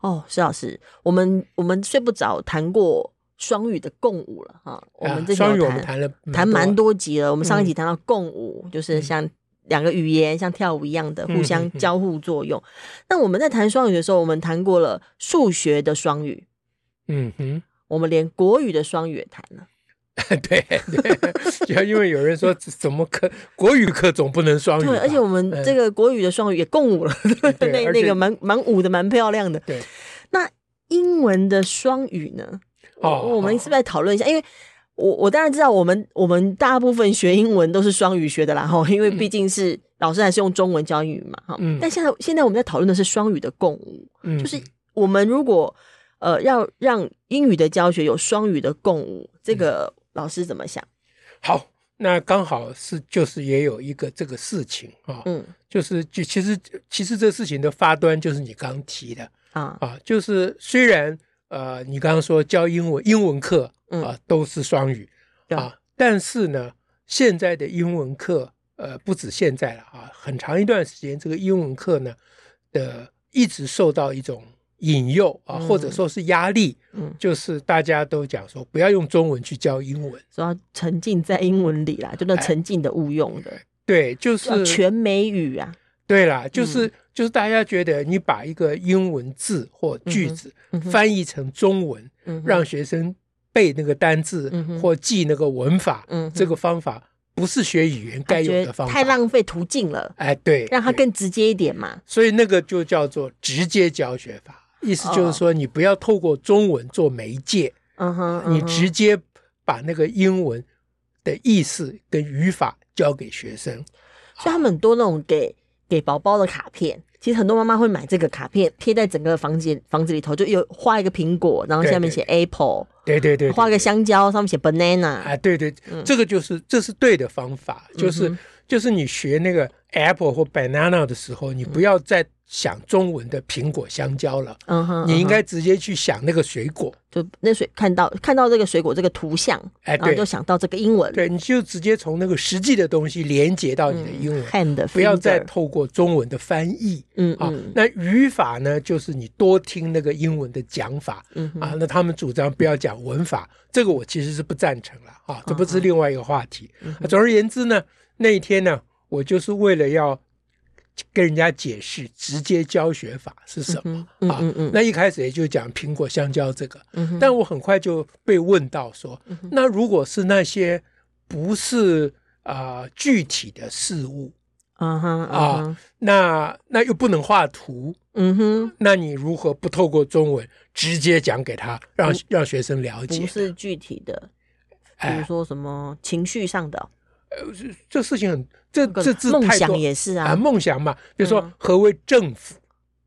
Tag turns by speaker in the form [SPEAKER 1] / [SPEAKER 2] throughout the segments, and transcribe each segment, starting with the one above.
[SPEAKER 1] 哦，石老师，我们我们睡不着，谈过双语的共舞了哈。我们
[SPEAKER 2] 啊
[SPEAKER 1] 这
[SPEAKER 2] 双
[SPEAKER 1] 前
[SPEAKER 2] 语
[SPEAKER 1] 有
[SPEAKER 2] 我们谈了
[SPEAKER 1] 谈蛮
[SPEAKER 2] 多
[SPEAKER 1] 多集了。我们上一集谈到共舞，就是像两个语言像跳舞一样的
[SPEAKER 2] 嗯
[SPEAKER 1] 互相交互作用。那我们在谈双语的时候，我们谈过了数学的双语，
[SPEAKER 2] 啊，嗯哼。
[SPEAKER 1] 我们连国语的双语也谈了。
[SPEAKER 2] 对对， 就因为有人说怎么课国语课总不能双语吧，
[SPEAKER 1] 对，而且我们
[SPEAKER 2] 嗯
[SPEAKER 1] 这个国语的双语也共舞了，
[SPEAKER 2] 对
[SPEAKER 1] 那
[SPEAKER 2] 而
[SPEAKER 1] 那
[SPEAKER 2] 且
[SPEAKER 1] 个蛮蛮舞的，蛮漂亮的。
[SPEAKER 2] 对，
[SPEAKER 1] 那英文的双语呢？
[SPEAKER 2] 哦
[SPEAKER 1] 我们是不是来讨论一下？因为我我当然知道，我们我们大部分学英文都是双语学的啦，哈，因为毕竟是老师还是用中文教英语嘛，哈、
[SPEAKER 2] 嗯
[SPEAKER 1] 但现在现在我们在讨论的是双语的共舞，
[SPEAKER 2] 嗯
[SPEAKER 1] 就是我们如果呃要让英语的教学有双语的共舞，这
[SPEAKER 2] 嗯
[SPEAKER 1] 个老师怎么想？
[SPEAKER 2] 好，那刚好是就是也有一个这个事情啊、
[SPEAKER 1] 嗯
[SPEAKER 2] 就是就其实其实这事情的发端就是你刚提的
[SPEAKER 1] 啊，
[SPEAKER 2] 啊，就是虽然呃你刚刚说教英文英文课
[SPEAKER 1] 嗯
[SPEAKER 2] 啊都是双语
[SPEAKER 1] 对
[SPEAKER 2] 啊，但是呢现在的英文课呃不止现在了啊，很长一段时间这个英文课呢的一直受到一种引诱啊，
[SPEAKER 1] 嗯
[SPEAKER 2] 或者说是压力，
[SPEAKER 1] 嗯，
[SPEAKER 2] 就是大家都讲说不要用中文去教英文。
[SPEAKER 1] 说要沉浸在英文里啦，就那沉浸的误用的，
[SPEAKER 2] 对，就
[SPEAKER 1] 要
[SPEAKER 2] 哎是
[SPEAKER 1] 全美语啊，
[SPEAKER 2] 对啦，就是、就是大家觉得你把一个英文字或句子
[SPEAKER 1] 嗯哼
[SPEAKER 2] 翻译成中文，
[SPEAKER 1] 嗯哼，
[SPEAKER 2] 让学生背那个单字、
[SPEAKER 1] 嗯哼
[SPEAKER 2] 或记那个文法，
[SPEAKER 1] 嗯哼
[SPEAKER 2] 这个方法不是学语言该有
[SPEAKER 1] 觉
[SPEAKER 2] 的
[SPEAKER 1] 得
[SPEAKER 2] 方法。
[SPEAKER 1] 太浪费途径了，
[SPEAKER 2] 哎，对，
[SPEAKER 1] 让它
[SPEAKER 2] 对
[SPEAKER 1] 更直接一点嘛。
[SPEAKER 2] 所以那个就叫做直接教学法，意思
[SPEAKER 1] 哦
[SPEAKER 2] 就是说你不要透过中文做媒介，
[SPEAKER 1] 嗯哼，
[SPEAKER 2] 你
[SPEAKER 1] 嗯哼
[SPEAKER 2] 直接把那个英文的意思跟语法教给学生。
[SPEAKER 1] 所以他们很多那种给给宝宝的卡片，其实很多妈妈会买这个卡片贴在整个房间房子里头，就有画一个苹果，然后
[SPEAKER 2] 对
[SPEAKER 1] 下面写 apple，
[SPEAKER 2] 对对对对
[SPEAKER 1] 画个香蕉，上面写 banana。
[SPEAKER 2] 啊，对对，
[SPEAKER 1] 嗯
[SPEAKER 2] 这个就是这是对的方法，就是、就是你学那个 apple 或 banana 的时候，你不要再想中文的苹果、香蕉了，
[SPEAKER 1] 嗯哼，
[SPEAKER 2] 你应
[SPEAKER 1] 嗯
[SPEAKER 2] 该直接去想那个水果。
[SPEAKER 1] 哼就那水看到看到这个水果这个图像，
[SPEAKER 2] 哎
[SPEAKER 1] 然后
[SPEAKER 2] 对
[SPEAKER 1] 啊就想到这个英文
[SPEAKER 2] 对，你就直接从那个实际的东西连接到你的
[SPEAKER 1] 嗯
[SPEAKER 2] 英文，
[SPEAKER 1] hand，
[SPEAKER 2] 不要再
[SPEAKER 1] finger
[SPEAKER 2] 透过中文的翻译。
[SPEAKER 1] 嗯
[SPEAKER 2] 啊
[SPEAKER 1] 嗯，
[SPEAKER 2] 那语法呢，就是你多听那个英文的讲法，
[SPEAKER 1] 嗯哼
[SPEAKER 2] 啊，那他们主张不要讲文法，这个我其实是不赞成了啊，这不
[SPEAKER 1] 嗯
[SPEAKER 2] 是另外一个话题。啊总而言之呢，那一天呢，我就是为了要跟人家解释直接教学法是什么、
[SPEAKER 1] 嗯
[SPEAKER 2] 啊
[SPEAKER 1] 嗯嗯，
[SPEAKER 2] 那一开始也就讲苹果、香蕉这个，
[SPEAKER 1] 嗯哼
[SPEAKER 2] 但我很快就被问到说，那如果是那些不是啊、呃具体的事物，
[SPEAKER 1] 嗯哼
[SPEAKER 2] 啊
[SPEAKER 1] 啊
[SPEAKER 2] 那那又不能画图，
[SPEAKER 1] 嗯哼，
[SPEAKER 2] 那你如何不透过中文直接讲给他，让让学生了解
[SPEAKER 1] 不？是具体的，比如
[SPEAKER 2] 哎，
[SPEAKER 1] 说什么情绪上的
[SPEAKER 2] 这事情很这
[SPEAKER 1] 各
[SPEAKER 2] 这
[SPEAKER 1] 种
[SPEAKER 2] 字
[SPEAKER 1] 梦
[SPEAKER 2] 太
[SPEAKER 1] 想
[SPEAKER 2] 多
[SPEAKER 1] 也是
[SPEAKER 2] 啊，
[SPEAKER 1] 啊，
[SPEAKER 2] 梦想嘛，比如说
[SPEAKER 1] 嗯
[SPEAKER 2] 何为政府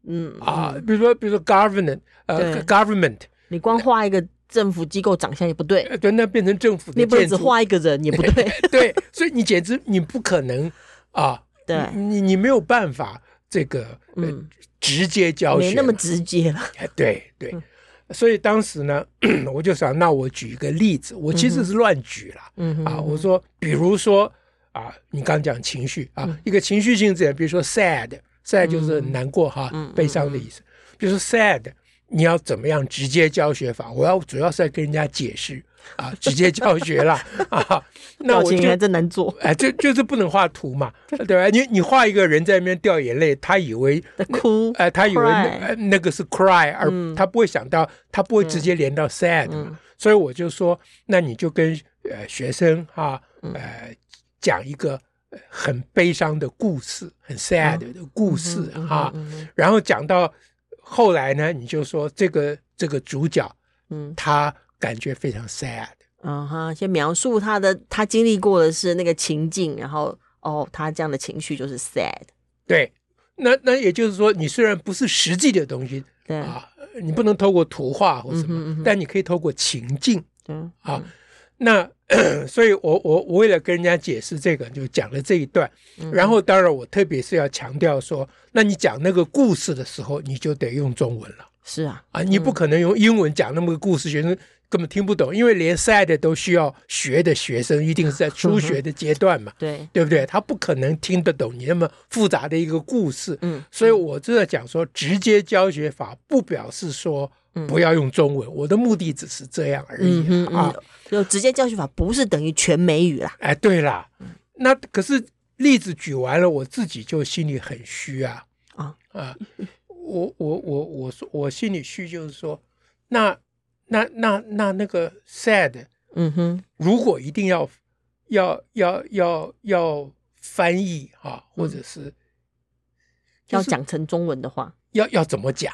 [SPEAKER 1] 嗯
[SPEAKER 2] 啊，比如说比如说 government
[SPEAKER 1] 对
[SPEAKER 2] 呃 government，
[SPEAKER 1] 你光画一个政府机构长相也不 对，
[SPEAKER 2] 呃对，那变成政府
[SPEAKER 1] 你
[SPEAKER 2] 的
[SPEAKER 1] 不能
[SPEAKER 2] 建
[SPEAKER 1] 只
[SPEAKER 2] 筑，
[SPEAKER 1] 画一个人也不 对。
[SPEAKER 2] 对，所以你简直你不可能啊，
[SPEAKER 1] 对，
[SPEAKER 2] 你你没有办法这个呃
[SPEAKER 1] 嗯
[SPEAKER 2] 直接教学
[SPEAKER 1] 没那么嗯
[SPEAKER 2] 嘛
[SPEAKER 1] 直接了。
[SPEAKER 2] 哎，对对，所以当时呢， 我就想，那我举一个例子，我其实是乱举了、
[SPEAKER 1] 嗯哼，
[SPEAKER 2] 啊，我说，比如说啊，你刚讲情绪啊，
[SPEAKER 1] 嗯
[SPEAKER 2] 一个情绪性字眼，比如说 sad，sad 就是很难过哈、
[SPEAKER 1] 嗯嗯
[SPEAKER 2] 悲伤的意思。比如说 sad，你要怎么样直接教学法？我要主要是在跟人家解释 啊，直接教学啦啊，那
[SPEAKER 1] 表
[SPEAKER 2] 我
[SPEAKER 1] 情还
[SPEAKER 2] 就。
[SPEAKER 1] 真难 做，
[SPEAKER 2] 哎，就就是不能画图嘛，对吧？你你画一个人在那边掉眼泪，他以为
[SPEAKER 1] 在哭。
[SPEAKER 2] 呃，他以为那
[SPEAKER 1] Cry
[SPEAKER 2] 呃那个是 cry，而
[SPEAKER 1] 嗯
[SPEAKER 2] 他不会想到，他不会直接连到 sad，、嘛
[SPEAKER 1] 嗯
[SPEAKER 2] 所以我就说，那你就跟呃学生哈、
[SPEAKER 1] 嗯
[SPEAKER 2] 呃讲一个呃很悲伤的故事，很 sad 的故事哈、
[SPEAKER 1] 嗯
[SPEAKER 2] 然后讲到后来呢，你就说这个这个主角
[SPEAKER 1] 嗯
[SPEAKER 2] 他感觉非常 sad，
[SPEAKER 1] 啊哈，先描述他的他经历过的是那个情境，然后哦，他这样的情绪就是 sad。
[SPEAKER 2] 对，那那也就是说，你虽然不是实际的东西
[SPEAKER 1] 对
[SPEAKER 2] 啊，你不能透过图画或什么，
[SPEAKER 1] 嗯哼嗯哼
[SPEAKER 2] 但你可以透过情境
[SPEAKER 1] 对
[SPEAKER 2] 啊。那 所以我，我我为了跟人家解释这个，就讲了这一段。
[SPEAKER 1] 嗯
[SPEAKER 2] 然后，当然我特别是要强调说，那你讲那个故事的时候，你就得用中文了
[SPEAKER 1] 是啊，，
[SPEAKER 2] 啊，你不可能用英文讲那么个故事，学生根本听不懂，因为连 SAD 都需要学的学生一定是在初学的阶段嘛
[SPEAKER 1] 对，
[SPEAKER 2] 对不对？他不可能听得懂你那么复杂的一个故事。
[SPEAKER 1] 嗯，
[SPEAKER 2] 所以我就在讲说，直接教学法不表示说不要用中文，我的目的只是这样而已、
[SPEAKER 1] 嗯哼
[SPEAKER 2] 啊。
[SPEAKER 1] 嗯，就直接教学法不是等于全美语啦，
[SPEAKER 2] 哎，对啦，
[SPEAKER 1] 嗯
[SPEAKER 2] 那可是例子举完了，我自己就心里很虚啊
[SPEAKER 1] 啊
[SPEAKER 2] 啊！我我我我说我心里虚，就是说，那那那那那个 sad，
[SPEAKER 1] 嗯哼，
[SPEAKER 2] 如果一定要要要要要翻译啊，或
[SPEAKER 1] 嗯
[SPEAKER 2] 者是
[SPEAKER 1] 要
[SPEAKER 2] 就是
[SPEAKER 1] 讲成中文的话
[SPEAKER 2] 要要怎么讲，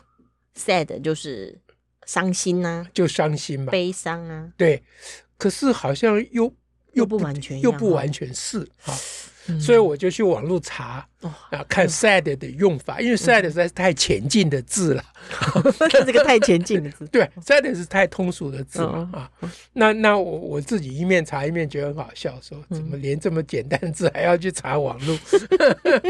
[SPEAKER 1] ，sad 就是伤心呐、
[SPEAKER 2] 就伤心嘛。
[SPEAKER 1] 悲伤啊，
[SPEAKER 2] 对，可是好像又
[SPEAKER 1] 又
[SPEAKER 2] 不
[SPEAKER 1] 不完全一
[SPEAKER 2] 又
[SPEAKER 1] 样嗯
[SPEAKER 2] 不
[SPEAKER 1] 哦
[SPEAKER 2] 完全是啊，所以我就去网络查
[SPEAKER 1] 哦
[SPEAKER 2] 啊，看 sad 的用法，
[SPEAKER 1] 嗯
[SPEAKER 2] 因为 sad 实在是太前进的字了，
[SPEAKER 1] 这个太前进了， 是
[SPEAKER 2] 对，sad 是太通俗的字嘛
[SPEAKER 1] 嗯
[SPEAKER 2] 啊。那那我我自己一面查一面觉得很好笑，说怎
[SPEAKER 1] 嗯
[SPEAKER 2] 么连这么简单的字还要去查网络？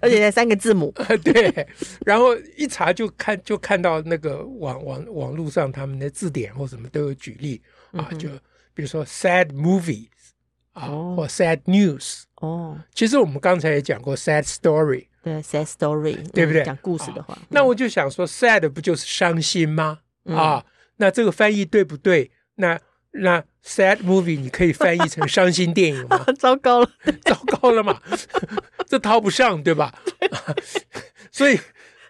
[SPEAKER 1] 而且才三个字母，
[SPEAKER 2] 对，然后一查就看就看到那个网网网络上他们的字典或什么都有举例
[SPEAKER 1] 嗯
[SPEAKER 2] 啊，就比如说 sad movies 啊，
[SPEAKER 1] 哦
[SPEAKER 2] 或 sad news。
[SPEAKER 1] 哦，
[SPEAKER 2] 其实我们刚才也讲过 sad story，
[SPEAKER 1] 对，sad story，
[SPEAKER 2] 对不对
[SPEAKER 1] 嗯讲故事的话，
[SPEAKER 2] 那我就想说 sad 不就是伤心吗？啊，那这个翻译对不对？那那 sad movie 你可以翻译成伤心电影 吗？
[SPEAKER 1] 糟糕了，
[SPEAKER 2] 糟糕了嘛， 这套不上对吧？ 所以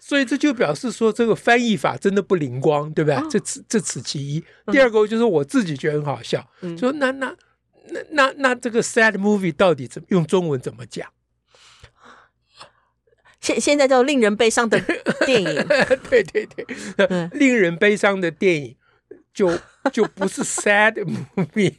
[SPEAKER 2] 所以这就表示说这个翻译法真的不灵光，对不对？这此这此其一。第二个就是我自己觉得很好笑，
[SPEAKER 1] 嗯
[SPEAKER 2] 说那那那那那这个 sad movie 到底怎么用中文怎么讲？
[SPEAKER 1] 现现在叫令人悲 伤的电影，
[SPEAKER 2] 对对对， 令人悲伤的电影就 就不是 sad movie，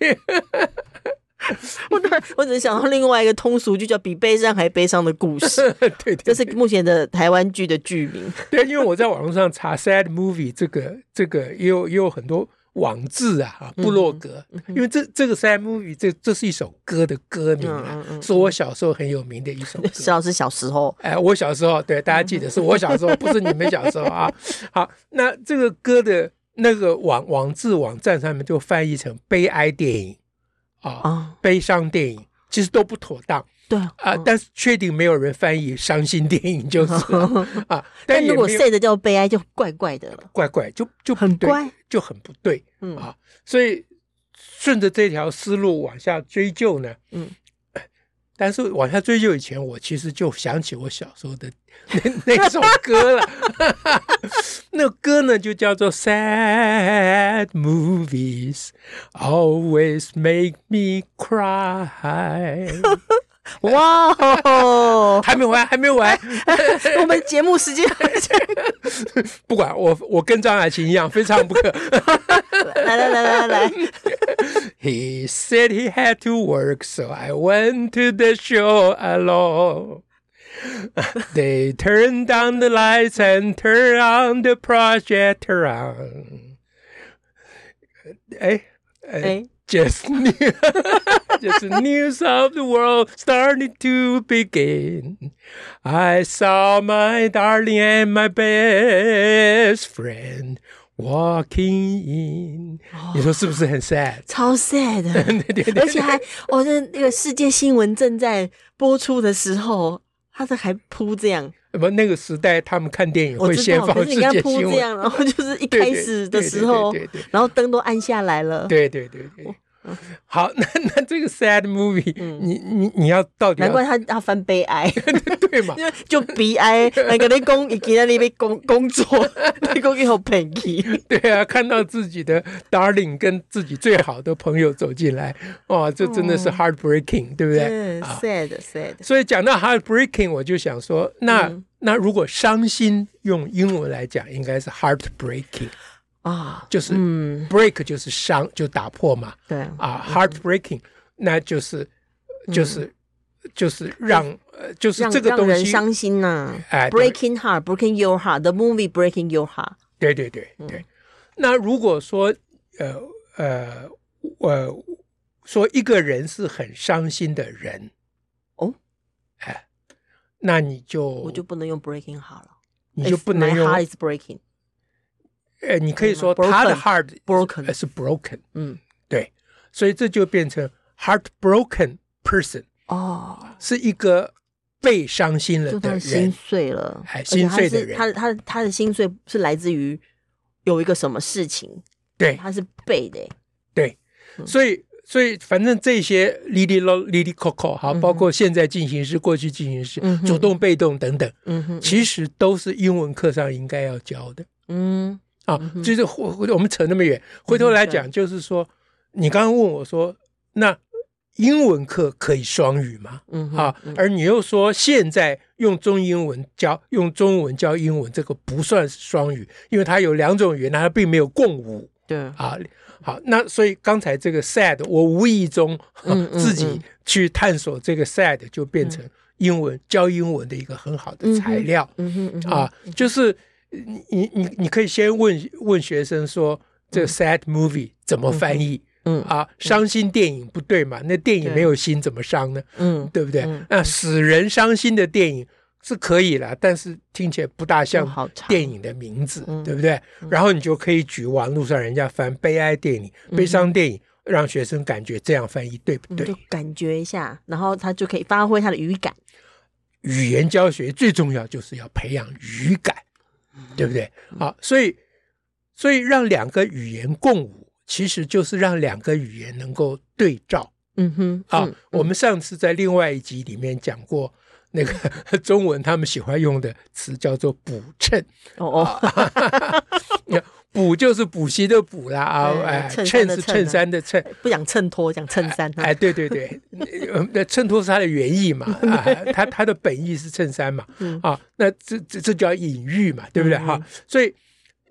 [SPEAKER 1] 我突然我只是想到另外一个通俗剧叫《比悲伤还悲伤的故事》，
[SPEAKER 2] 对
[SPEAKER 1] 这
[SPEAKER 2] 对
[SPEAKER 1] 是目前的台湾剧的剧 名。
[SPEAKER 2] 对，因为我在网络上查 sad movie 这个这个也有也有很多网志啊，啊部落格，
[SPEAKER 1] 嗯
[SPEAKER 2] 因为这这个 sad movie 这这是一首歌的歌
[SPEAKER 1] 嗯
[SPEAKER 2] 名
[SPEAKER 1] 嗯
[SPEAKER 2] 啊，
[SPEAKER 1] 嗯
[SPEAKER 2] 是我小时候很有名的一首歌。
[SPEAKER 1] 石老师小时候，
[SPEAKER 2] 哎，我小时候，对大家记得是我小时候，不是你们小时候啊。好，那这个歌的那个网网志网站上面就翻译成悲哀电影啊，
[SPEAKER 1] 哦
[SPEAKER 2] 悲伤电影，其实都不妥当
[SPEAKER 1] 对啊，
[SPEAKER 2] 啊、但是确定没有人翻译伤心电影 就是了啊，
[SPEAKER 1] 但
[SPEAKER 2] 也
[SPEAKER 1] 如果
[SPEAKER 2] 没有
[SPEAKER 1] sad 叫悲哀，就怪怪的了。
[SPEAKER 2] 怪怪，就就不
[SPEAKER 1] 很
[SPEAKER 2] 对
[SPEAKER 1] 怪，
[SPEAKER 2] 就很不对
[SPEAKER 1] 嗯
[SPEAKER 2] 啊。所以顺着这条思路往下追究呢，
[SPEAKER 1] 嗯，
[SPEAKER 2] 但是往下追究以前，我其实就想起我小时候的 那那首歌了。 那歌呢就叫做《Sad Movies Always Make Me Cry》。
[SPEAKER 1] 哇哦，
[SPEAKER 2] 还没完，还没完，
[SPEAKER 1] 我们节目时间
[SPEAKER 2] 不管我，我跟张雅琴一样，非常不可。
[SPEAKER 1] 来来来来 来，
[SPEAKER 2] He said he had to work, so I went to the show alone. they turned down the lights and turned on the projector on. Eh? 哎，
[SPEAKER 1] 哎，
[SPEAKER 2] just new, just the news of the world started to begin. I saw my darling and my best friend walking in. 你说是不是很 sad？
[SPEAKER 1] 哎超 sad，的
[SPEAKER 2] 对对对
[SPEAKER 1] 而且 还哦，那那个世界新闻正在播出的时候，他这还铺这样，
[SPEAKER 2] 不，那个时代他们看电影
[SPEAKER 1] 我
[SPEAKER 2] 会
[SPEAKER 1] 知
[SPEAKER 2] 先
[SPEAKER 1] 道，
[SPEAKER 2] 放
[SPEAKER 1] 可是
[SPEAKER 2] 世
[SPEAKER 1] 你刚
[SPEAKER 2] 界
[SPEAKER 1] 刚铺
[SPEAKER 2] 新
[SPEAKER 1] 这
[SPEAKER 2] 闻，
[SPEAKER 1] 样， 然后就是一
[SPEAKER 2] 对对
[SPEAKER 1] 开始的时候
[SPEAKER 2] 对对对对对，
[SPEAKER 1] 然后灯都暗下来了，
[SPEAKER 2] 对对对对。好，那那这个 sad movie，、你你你要到底要
[SPEAKER 1] 难怪他他翻悲哀。
[SPEAKER 2] 对嘛？
[SPEAKER 1] 因为就悲哀，那个你讲，伊今仔日要工工作， 你讲伊好便宜，
[SPEAKER 2] 对啊，看到自己的 darling 跟自己最好的朋友走进来，哇，这真的是 heartbreaking，、对不对？
[SPEAKER 1] 嗯
[SPEAKER 2] 啊，
[SPEAKER 1] ，sad sad，
[SPEAKER 2] 所以讲到 heartbreaking，我就想说，那、
[SPEAKER 1] 嗯
[SPEAKER 2] 那如果伤心用英文来讲，应该是 heartbreaking，
[SPEAKER 1] 啊，
[SPEAKER 2] 就是
[SPEAKER 1] 嗯，
[SPEAKER 2] break 就是伤，就打破嘛，
[SPEAKER 1] 对，
[SPEAKER 2] 啊，heartbreaking，那就是就是就是让呃，就
[SPEAKER 1] 嗯
[SPEAKER 2] 是
[SPEAKER 1] 让
[SPEAKER 2] 这个
[SPEAKER 1] 让
[SPEAKER 2] 东
[SPEAKER 1] 人
[SPEAKER 2] 西，
[SPEAKER 1] 伤心呐、
[SPEAKER 2] 哎对
[SPEAKER 1] Breaking Heart, Breaking Your Heart, the movie Breaking Your Heart。
[SPEAKER 2] 对对对
[SPEAKER 1] 嗯
[SPEAKER 2] 对。那如果说呃呃我说一个人是很伤心的人，
[SPEAKER 1] 哦，
[SPEAKER 2] 哎，那你就
[SPEAKER 1] 我就不哎能用 breaking heart 了，
[SPEAKER 2] 哦你就不能
[SPEAKER 1] If
[SPEAKER 2] 用
[SPEAKER 1] My heart is breaking，
[SPEAKER 2] 呃，你可以说
[SPEAKER 1] 可以吗
[SPEAKER 2] 他的
[SPEAKER 1] broken
[SPEAKER 2] heart
[SPEAKER 1] broken
[SPEAKER 2] 呃是 broken，
[SPEAKER 1] 嗯，
[SPEAKER 2] 对，所以这就变成 heartbroken person，
[SPEAKER 1] 哦，
[SPEAKER 2] 是一个被伤心了
[SPEAKER 1] 就
[SPEAKER 2] 的
[SPEAKER 1] 他心
[SPEAKER 2] 人。
[SPEAKER 1] 碎了，
[SPEAKER 2] 哎
[SPEAKER 1] 而且他
[SPEAKER 2] 心碎的
[SPEAKER 1] 是
[SPEAKER 2] 人
[SPEAKER 1] 他他他的心碎是来自于有一个什么事情，
[SPEAKER 2] 对
[SPEAKER 1] 他是背的，
[SPEAKER 2] 对，
[SPEAKER 1] 嗯
[SPEAKER 2] 所以所以反正这些 lily lo lily coco 哈，包括现在进行时、过去进行时、
[SPEAKER 1] 嗯嗯哼
[SPEAKER 2] 主动被动等等，
[SPEAKER 1] 嗯哼，
[SPEAKER 2] 其实都是英文课上应该要教的。
[SPEAKER 1] 嗯
[SPEAKER 2] 啊，就是我我们扯那么远，回头来讲，就是说，你刚刚问我说，那英文课可以双语吗？
[SPEAKER 1] 嗯哼
[SPEAKER 2] 啊，而你又说现在用中英文教用中文教英文，这个不算是双语，因为它有两种语言，它并没有共舞
[SPEAKER 1] 对，
[SPEAKER 2] 啊。好，那所以刚才这个 sad，我无意中、啊
[SPEAKER 1] 嗯嗯
[SPEAKER 2] 自己去探索这个 sad，就变成英文、教英文的一个很好的材料。
[SPEAKER 1] 嗯哼嗯哼，
[SPEAKER 2] 啊，就是你你你你可以先问问学生说，这 sad movie 怎么翻译？
[SPEAKER 1] 嗯
[SPEAKER 2] 啊，伤心电影不对嘛？那电影
[SPEAKER 1] 对
[SPEAKER 2] 没有心怎么伤呢？
[SPEAKER 1] 嗯，
[SPEAKER 2] 对不对
[SPEAKER 1] 嗯？
[SPEAKER 2] 那使人伤心的电影是可以啦，但是听起来不大像
[SPEAKER 1] 哦好长
[SPEAKER 2] 电影的名字
[SPEAKER 1] 嗯，
[SPEAKER 2] 对不对？然后你就可以举网络上人家翻悲哀电影、悲伤电影，让学生感觉这样翻译对不
[SPEAKER 1] 嗯
[SPEAKER 2] 对
[SPEAKER 1] 就？感觉一下，然后他就可以发挥他的语感，
[SPEAKER 2] 语言教学最重要就是要培养语感，
[SPEAKER 1] 嗯
[SPEAKER 2] 对不对？啊，所以所以让两个语言共舞，其实就是让两个语言能够对照
[SPEAKER 1] 嗯哼，
[SPEAKER 2] 啊。
[SPEAKER 1] 嗯
[SPEAKER 2] 我们上次在另外一集里面讲过，那个 中文他们喜欢用的词叫做补衬，
[SPEAKER 1] 哦
[SPEAKER 2] 啊
[SPEAKER 1] 哦，
[SPEAKER 2] 补就是补习的补啦啊，
[SPEAKER 1] 对
[SPEAKER 2] 哎，
[SPEAKER 1] 衬衫
[SPEAKER 2] 衬
[SPEAKER 1] 的衬
[SPEAKER 2] 是
[SPEAKER 1] 啊
[SPEAKER 2] 衬衫的衬，
[SPEAKER 1] 不讲衬托，讲衬衫， 啊
[SPEAKER 2] 哎，对对对，呃那衬托是它的原意嘛，啊，它它的本意是衬衫嘛，
[SPEAKER 1] 嗯
[SPEAKER 2] 啊，那这这这叫隐喻嘛，对不对哈、所以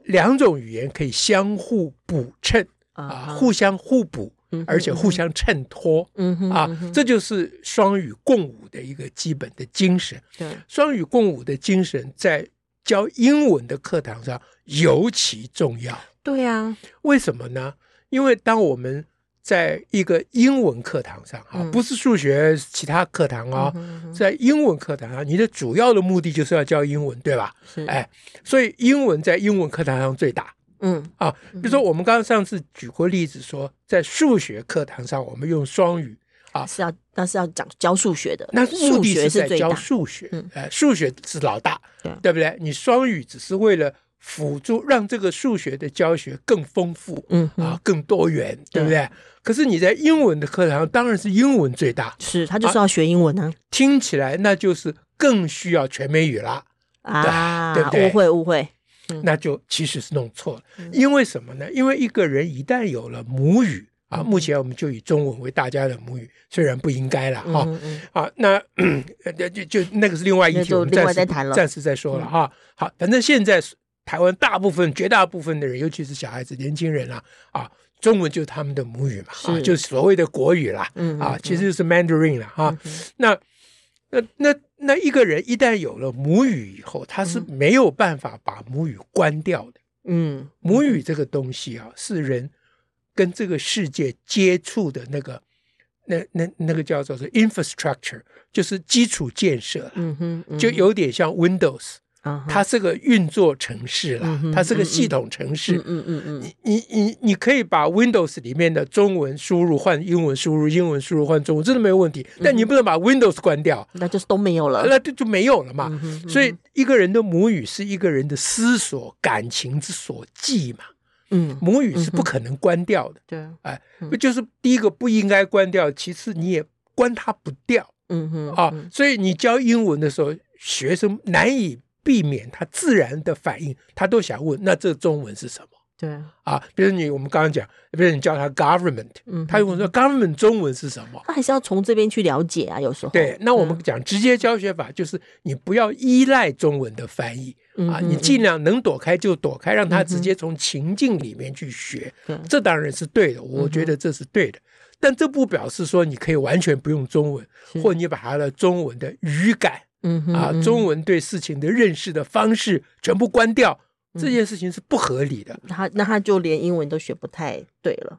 [SPEAKER 2] 两种语言可以相互补衬啊，
[SPEAKER 1] 啊，
[SPEAKER 2] 互相互补，而且互相衬托
[SPEAKER 1] 嗯哼，
[SPEAKER 2] 啊，这就是双语共舞的一个基本的精神。
[SPEAKER 1] 对，
[SPEAKER 2] 双语共舞的精神在教英文的课堂上尤其重要。
[SPEAKER 1] 对啊，
[SPEAKER 2] 为什么呢？因为当我们在一个英文课堂上啊，
[SPEAKER 1] 嗯
[SPEAKER 2] 不是数学其他课堂啊、在英文课堂上，你的主要的目的就是要教英文，对吧？
[SPEAKER 1] 是，
[SPEAKER 2] 哎，所以英文在英文课堂上最大
[SPEAKER 1] 嗯
[SPEAKER 2] 啊。比如说，我们刚刚上次举过例子说，在数学课堂上，我们用双语啊，
[SPEAKER 1] 是要那是要讲教数学的，
[SPEAKER 2] 那目
[SPEAKER 1] 数
[SPEAKER 2] 的
[SPEAKER 1] 学
[SPEAKER 2] 在
[SPEAKER 1] 最
[SPEAKER 2] 教
[SPEAKER 1] 大，
[SPEAKER 2] 数学
[SPEAKER 1] 嗯，
[SPEAKER 2] 呃，数学是老大
[SPEAKER 1] 对，
[SPEAKER 2] 对不对？你双语只是为了辅助让这个数学的教学更丰富，
[SPEAKER 1] 嗯哼，
[SPEAKER 2] 啊，更多元，对不对？可是你在英文的课堂当然是英文最大，
[SPEAKER 1] 是他就是要学英文啊
[SPEAKER 2] 听起来那就是更需要全美语啦，
[SPEAKER 1] 啊
[SPEAKER 2] 对不对
[SPEAKER 1] 误会误会，
[SPEAKER 2] 那就其实是弄错了。
[SPEAKER 1] 嗯
[SPEAKER 2] 因为什么呢？因为一个人一旦有了母语啊，
[SPEAKER 1] 嗯
[SPEAKER 2] 目前我们就以中文为大家的母语，虽然不应该啦，哈、
[SPEAKER 1] 嗯嗯
[SPEAKER 2] 啊，那呃就就那个是另外一
[SPEAKER 1] 那
[SPEAKER 2] 题，
[SPEAKER 1] 就
[SPEAKER 2] 我们暂
[SPEAKER 1] 另外
[SPEAKER 2] 时
[SPEAKER 1] 再谈了嗯
[SPEAKER 2] 暂时再说了哈。好，反正现在台湾大部分、绝大部分的人，尤其是小孩子、年轻人啊，啊，中文就是他们的母语嘛，啊，
[SPEAKER 1] 是
[SPEAKER 2] 就是所谓的国语啦，
[SPEAKER 1] 嗯
[SPEAKER 2] 啊
[SPEAKER 1] 嗯，
[SPEAKER 2] 其实就是 Mandarin 了哈。那那那那一个人一旦有了母语以后，他是没有办法把母语关掉的。
[SPEAKER 1] 嗯
[SPEAKER 2] 母语这个东西啊，是人跟这个世界接触的那个，那那那个叫做是 infrastructure，就是基础建设了，
[SPEAKER 1] 嗯哼，嗯
[SPEAKER 2] 就有点像 Windows，
[SPEAKER 1] 啊哈
[SPEAKER 2] 它是个运作程式啦
[SPEAKER 1] 嗯，哼
[SPEAKER 2] 它是个系统程式。
[SPEAKER 1] 嗯嗯嗯嗯
[SPEAKER 2] 你你你你可以把 Windows 里面的中文输入换英文输入，英文输入换中文，真的没有问
[SPEAKER 1] 嗯
[SPEAKER 2] 题。但你不能把 Windows 关掉，
[SPEAKER 1] 那就是都没有了，
[SPEAKER 2] 那就就没有了嘛。
[SPEAKER 1] 啊嗯哼
[SPEAKER 2] 所以一个人的母语是一个人的思索、感情之所寄嘛。
[SPEAKER 1] 嗯
[SPEAKER 2] 母语是不可能关掉的，
[SPEAKER 1] 对，啊
[SPEAKER 2] 哎，就是第一个不应该关掉，其次你也关它不掉
[SPEAKER 1] 嗯哼
[SPEAKER 2] 啊，所以你教英文的时候，学生难以避免他自然的反应，他都想问那这中文是什么？
[SPEAKER 1] 对，
[SPEAKER 2] 啊。比如你我们刚刚讲，比如你叫它 government，
[SPEAKER 1] 嗯哼，哦
[SPEAKER 2] 他如果说 government 中文是什么？
[SPEAKER 1] 他还是要从这边去了解啊，有时候
[SPEAKER 2] 对，那我们讲直接教学法，就是你不要依赖中文的翻译
[SPEAKER 1] 嗯
[SPEAKER 2] 啊，你尽量能躲开就躲开，让他直接从情境里面去学
[SPEAKER 1] 对，
[SPEAKER 2] 这当然是对的，我觉得这是对的。但这不表示说你可以完全不用中文，或你把他的中文的语感
[SPEAKER 1] 嗯哼
[SPEAKER 2] 啊，中文对事情的认识的方式全部关掉，
[SPEAKER 1] 嗯
[SPEAKER 2] 这件事情是不合理的。
[SPEAKER 1] 他那他就连英文都学不太对了，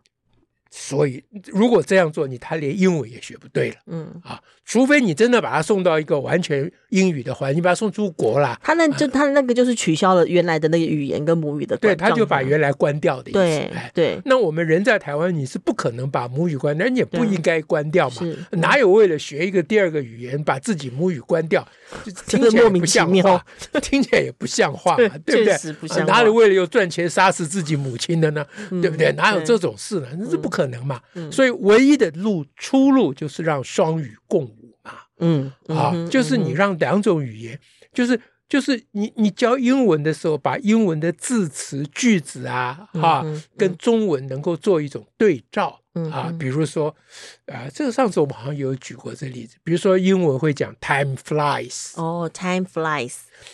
[SPEAKER 2] 所以如果这样做，你他连英文也学不对了。
[SPEAKER 1] 嗯，
[SPEAKER 2] 啊，除非你真的把他送到一个完全英语的环境，把他送出国啦，
[SPEAKER 1] 他那就他那个就是取消了原来的那个语言跟母语的
[SPEAKER 2] 对，
[SPEAKER 1] 关
[SPEAKER 2] 他就把
[SPEAKER 1] 障碍
[SPEAKER 2] 原来关掉的意思。
[SPEAKER 1] 对
[SPEAKER 2] 哎，
[SPEAKER 1] 对
[SPEAKER 2] 那我们人在台湾，你是不可能把母语关掉，你也不
[SPEAKER 1] 对
[SPEAKER 2] 应该关掉嘛。
[SPEAKER 1] 是
[SPEAKER 2] 哪有为了学一个第二个语言把自己母语关掉，就
[SPEAKER 1] 这
[SPEAKER 2] 听起
[SPEAKER 1] 个
[SPEAKER 2] 来
[SPEAKER 1] 莫
[SPEAKER 2] 也
[SPEAKER 1] 名
[SPEAKER 2] 不
[SPEAKER 1] 其
[SPEAKER 2] 像
[SPEAKER 1] 妙
[SPEAKER 2] 话，听起来也不像 话
[SPEAKER 1] 对
[SPEAKER 2] 嘛，对不
[SPEAKER 1] 确
[SPEAKER 2] 对
[SPEAKER 1] 实？不
[SPEAKER 2] 呃
[SPEAKER 1] 像
[SPEAKER 2] 哪里
[SPEAKER 1] 话
[SPEAKER 2] 为了要赚钱杀死自己母亲的呢？对不对？
[SPEAKER 1] 嗯
[SPEAKER 2] 哪有
[SPEAKER 1] 对
[SPEAKER 2] 这种事呢？那是不可能嘛。
[SPEAKER 1] 嗯
[SPEAKER 2] 所以唯一的路出路就是让双语共舞嘛。
[SPEAKER 1] 嗯
[SPEAKER 2] 啊，就是你让两种语言，就是就是你你教英文的时候，把英文的字词句子啊，哈、
[SPEAKER 1] 嗯哼
[SPEAKER 2] 跟中文能够做一种对照
[SPEAKER 1] 嗯
[SPEAKER 2] 啊
[SPEAKER 1] 哼。
[SPEAKER 2] 比如说，啊，这个上次我们好像有举过这例子，比如说英文会讲 time flies
[SPEAKER 1] 哦，time flies，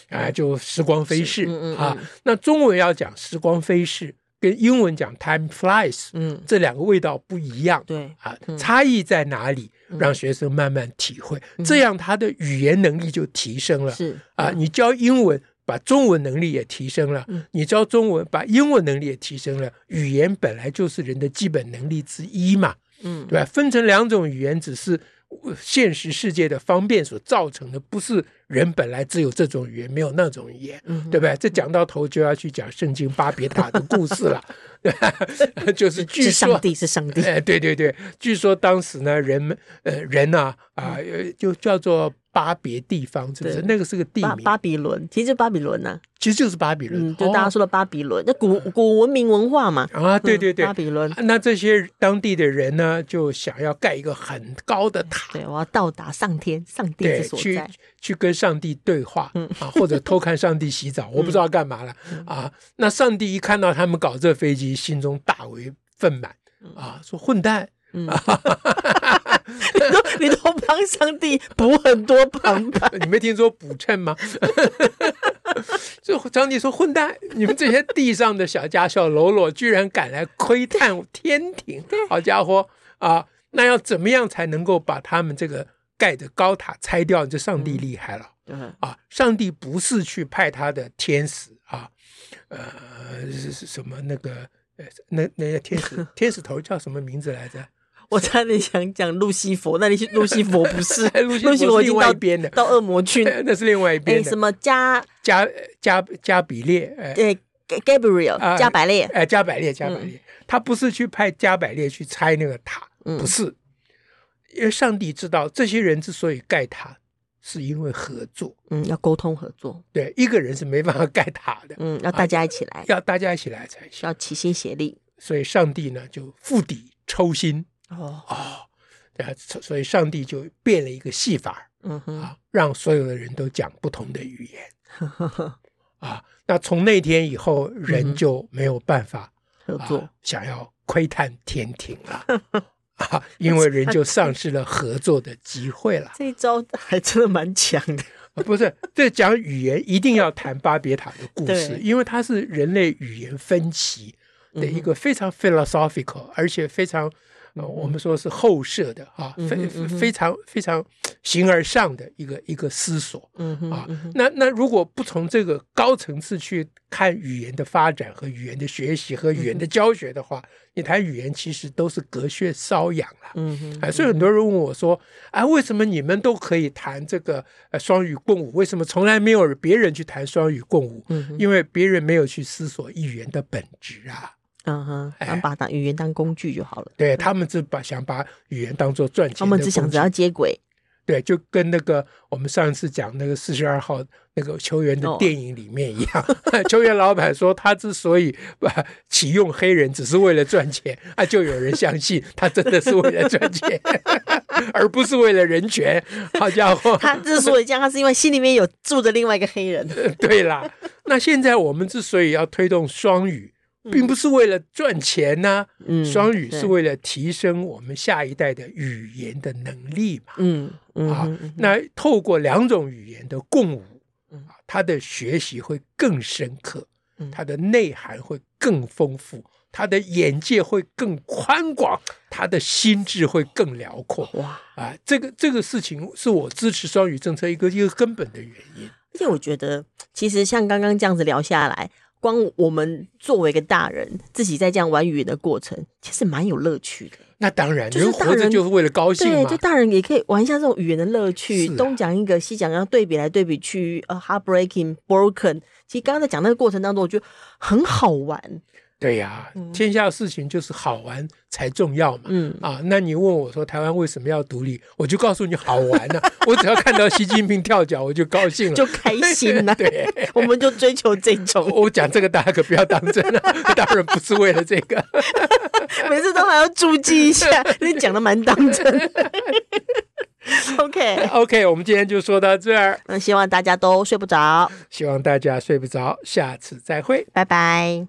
[SPEAKER 2] 啊，就时光飞逝
[SPEAKER 1] 嗯嗯
[SPEAKER 2] 啊
[SPEAKER 1] 嗯。
[SPEAKER 2] 那中文要讲时光飞逝，跟英文讲 time flies，
[SPEAKER 1] 嗯，
[SPEAKER 2] 这两个味道不一样。
[SPEAKER 1] 对，
[SPEAKER 2] 啊
[SPEAKER 1] 嗯，
[SPEAKER 2] 差异在哪里？让学生慢慢体会，这样他的语言能力就提升了。
[SPEAKER 1] 嗯是
[SPEAKER 2] 啊，你教英文，把中文能力也提升了；
[SPEAKER 1] 嗯
[SPEAKER 2] 你教中文，把英文能力也提升了。语言本来就是人的基本能力之一嘛，
[SPEAKER 1] 嗯
[SPEAKER 2] 对吧？啊分成两种语言，只是呃现实世界的方便所造成的，不是人本来只有这种语言，没有那种语言，
[SPEAKER 1] 嗯哼
[SPEAKER 2] 对不对？这讲到头就要去讲圣经巴别塔的故事了， 对吧就是据
[SPEAKER 1] 是
[SPEAKER 2] 说
[SPEAKER 1] 上帝是上帝，
[SPEAKER 2] 哎，对对对，据说当时呢，人们呃人呐啊、呃就叫做巴别地方，是不是？
[SPEAKER 1] 嗯对
[SPEAKER 2] 那个是个地
[SPEAKER 1] 巴
[SPEAKER 2] 名，
[SPEAKER 1] 巴比伦，其实就巴比伦呐，
[SPEAKER 2] 其实就是巴比伦，
[SPEAKER 1] 嗯，就大家
[SPEAKER 2] 哦
[SPEAKER 1] 说的巴比伦，那古古文明文化嘛，
[SPEAKER 2] 啊，对对
[SPEAKER 1] 嗯
[SPEAKER 2] 对。
[SPEAKER 1] 巴比伦，
[SPEAKER 2] 那这些当地的人呢，就想要盖一个很高的塔，
[SPEAKER 1] 对，我要到达上天，上帝
[SPEAKER 2] 对，
[SPEAKER 1] 之所
[SPEAKER 2] 去
[SPEAKER 1] 在， 嗯
[SPEAKER 2] 去跟上帝对话、啊，或者偷看上帝 洗澡，我不知道干嘛了、啊。那上帝一看到他们搞这飞机，心中大为愤满啊，说混蛋，
[SPEAKER 1] 嗯，你都你都帮上帝补很多旁 白，
[SPEAKER 2] 你没听说补称吗？ 就张帝说：“混蛋，你们这些地上的小家小喽啰，居然敢来窥探天庭！好家伙啊！那要怎么样才能够把他们这个盖的高塔拆掉？这上
[SPEAKER 1] 嗯
[SPEAKER 2] 帝厉害了、
[SPEAKER 1] 对，
[SPEAKER 2] 啊！上帝不是去派他的天使啊，呃，是是什么那个呃，那那个 天使天使头叫什么名字来着？
[SPEAKER 1] 我差点想讲路西佛，那你去路西佛不是
[SPEAKER 2] 哎路西
[SPEAKER 1] 路西
[SPEAKER 2] 佛
[SPEAKER 1] 佛
[SPEAKER 2] 是
[SPEAKER 1] 已经
[SPEAKER 2] 另外
[SPEAKER 1] 到
[SPEAKER 2] 一边的
[SPEAKER 1] 到恶魔去，
[SPEAKER 2] 那是另外一边
[SPEAKER 1] 哎，
[SPEAKER 2] 的、
[SPEAKER 1] 什么加
[SPEAKER 2] 加加加比列，呃，
[SPEAKER 1] 呃 Gabriel
[SPEAKER 2] 啊
[SPEAKER 1] 加百列，
[SPEAKER 2] 哎，加百列，加百列，他不是去派加百列去拆那个塔，
[SPEAKER 1] 嗯
[SPEAKER 2] 不是，因为上帝知道这些人之所以盖塔，是因为合作，
[SPEAKER 1] 嗯，要沟通合作，
[SPEAKER 2] 对，一个人是没办法盖塔的，
[SPEAKER 1] 嗯，要大家一起来，
[SPEAKER 2] 要大家一起来才行。
[SPEAKER 1] 要齐心协力。
[SPEAKER 2] 所以上帝呢就釜底抽薪
[SPEAKER 1] 哦，
[SPEAKER 2] 啊、对啊，所所以上帝就变了一个戏法
[SPEAKER 1] 嗯哼，
[SPEAKER 2] 啊，让所有的人都讲不同的语言 啊。那从那天以后，
[SPEAKER 1] 嗯
[SPEAKER 2] 人就没有办法。
[SPEAKER 1] 合
[SPEAKER 2] 啊
[SPEAKER 1] 作，
[SPEAKER 2] 想要窥探天庭 了啊，因为人就丧失了合作的机会 了。
[SPEAKER 1] 这一 招还真的蛮强的。
[SPEAKER 2] 啊不是，这讲语言一定要谈巴别塔的故事
[SPEAKER 1] 对，嗯
[SPEAKER 2] 因为它是人类语言分歧的一个非常 philosophical，、而且非常。呃，我们说是后设的啊，
[SPEAKER 1] 嗯
[SPEAKER 2] 非
[SPEAKER 1] 哼嗯哼
[SPEAKER 2] 非常非常形而上的一个一个思索
[SPEAKER 1] 嗯哼，
[SPEAKER 2] 啊。那那如果不从这个高层次去看语言的发展和语言的学习和语言
[SPEAKER 1] 嗯
[SPEAKER 2] 的教学的话，你谈语言其实都是隔靴搔痒了。
[SPEAKER 1] 嗯哼，
[SPEAKER 2] 哎，所以很多人问我说：“啊，为什么你们都可以谈这个呃双语共舞？为什么从来没有别人去谈双语共舞？
[SPEAKER 1] 嗯哼，
[SPEAKER 2] 因为别人没有去思索语言的本质啊。
[SPEAKER 1] 嗯哼，
[SPEAKER 2] 哎
[SPEAKER 1] 然后把当语言当工具就好了。
[SPEAKER 2] 对他们只把想把语言当做赚钱的
[SPEAKER 1] 嗯他们只想
[SPEAKER 2] 工具
[SPEAKER 1] 着要接 轨，
[SPEAKER 2] 对，就跟那个我们上一次讲那个四十二号那个球员的
[SPEAKER 1] 哦
[SPEAKER 2] 电影里面一样， 球员老板说他之所以呃启用黑人只是为了赚钱，啊，就有人相信他真的是为了赚钱， 而不是为了人权。好家伙，
[SPEAKER 1] 他之所以这样，他是因为心里面
[SPEAKER 2] 呃
[SPEAKER 1] 有住着另外一个黑人。
[SPEAKER 2] 对啦，那现在我们之所以要推动双语，并不是为了赚钱呐、
[SPEAKER 1] 嗯
[SPEAKER 2] 双语
[SPEAKER 1] 对
[SPEAKER 2] 是为了提升我们下一代的语言的能力嘛。
[SPEAKER 1] 嗯嗯
[SPEAKER 2] 啊
[SPEAKER 1] 哼嗯，
[SPEAKER 2] 那透过两种语言的共舞
[SPEAKER 1] 嗯，
[SPEAKER 2] 啊，他的学习会更深刻
[SPEAKER 1] 嗯，
[SPEAKER 2] 他的内涵会更丰富，他的眼界会更宽广，他的心智会更辽阔
[SPEAKER 1] 哇！
[SPEAKER 2] 啊！这个这个事情是我支持双语政策一个一个根本的原因。
[SPEAKER 1] 而且我觉得，其实像刚刚这样子聊下来，光我们作为一个大人，自己在这样玩语言的过程，其实蛮有乐趣的。
[SPEAKER 2] 那当然，
[SPEAKER 1] 就是
[SPEAKER 2] 人
[SPEAKER 1] 大
[SPEAKER 2] 活着
[SPEAKER 1] 人
[SPEAKER 2] 就是为了高兴
[SPEAKER 1] 对，
[SPEAKER 2] 嘛
[SPEAKER 1] 就。大人也可以玩一下这种语言的乐趣，
[SPEAKER 2] 是啊
[SPEAKER 1] 东讲一个西讲一个，对比来对比去，呃，heartbreaking、broken。其实刚刚在讲那个过程当中，我觉得很好玩。
[SPEAKER 2] 对呀、天下事情就是好玩才重要嘛。
[SPEAKER 1] 嗯，
[SPEAKER 2] 啊，那你问我说台湾为什么要独立，我就告诉你好玩呐、 我只要看到习近平跳脚，我就高兴了，
[SPEAKER 1] 就开心了
[SPEAKER 2] 对，
[SPEAKER 1] 嗯我们就追求这 种，
[SPEAKER 2] 我讲这个大家可不要当真啊， 当然不是为了这个。
[SPEAKER 1] 每次都还要注记一下，你讲的蛮当真 的。OK，
[SPEAKER 2] OK，我们今天就说到这儿，
[SPEAKER 1] 那希望大家都睡不着，
[SPEAKER 2] 希望大家睡不着，下次再会。
[SPEAKER 1] 拜拜。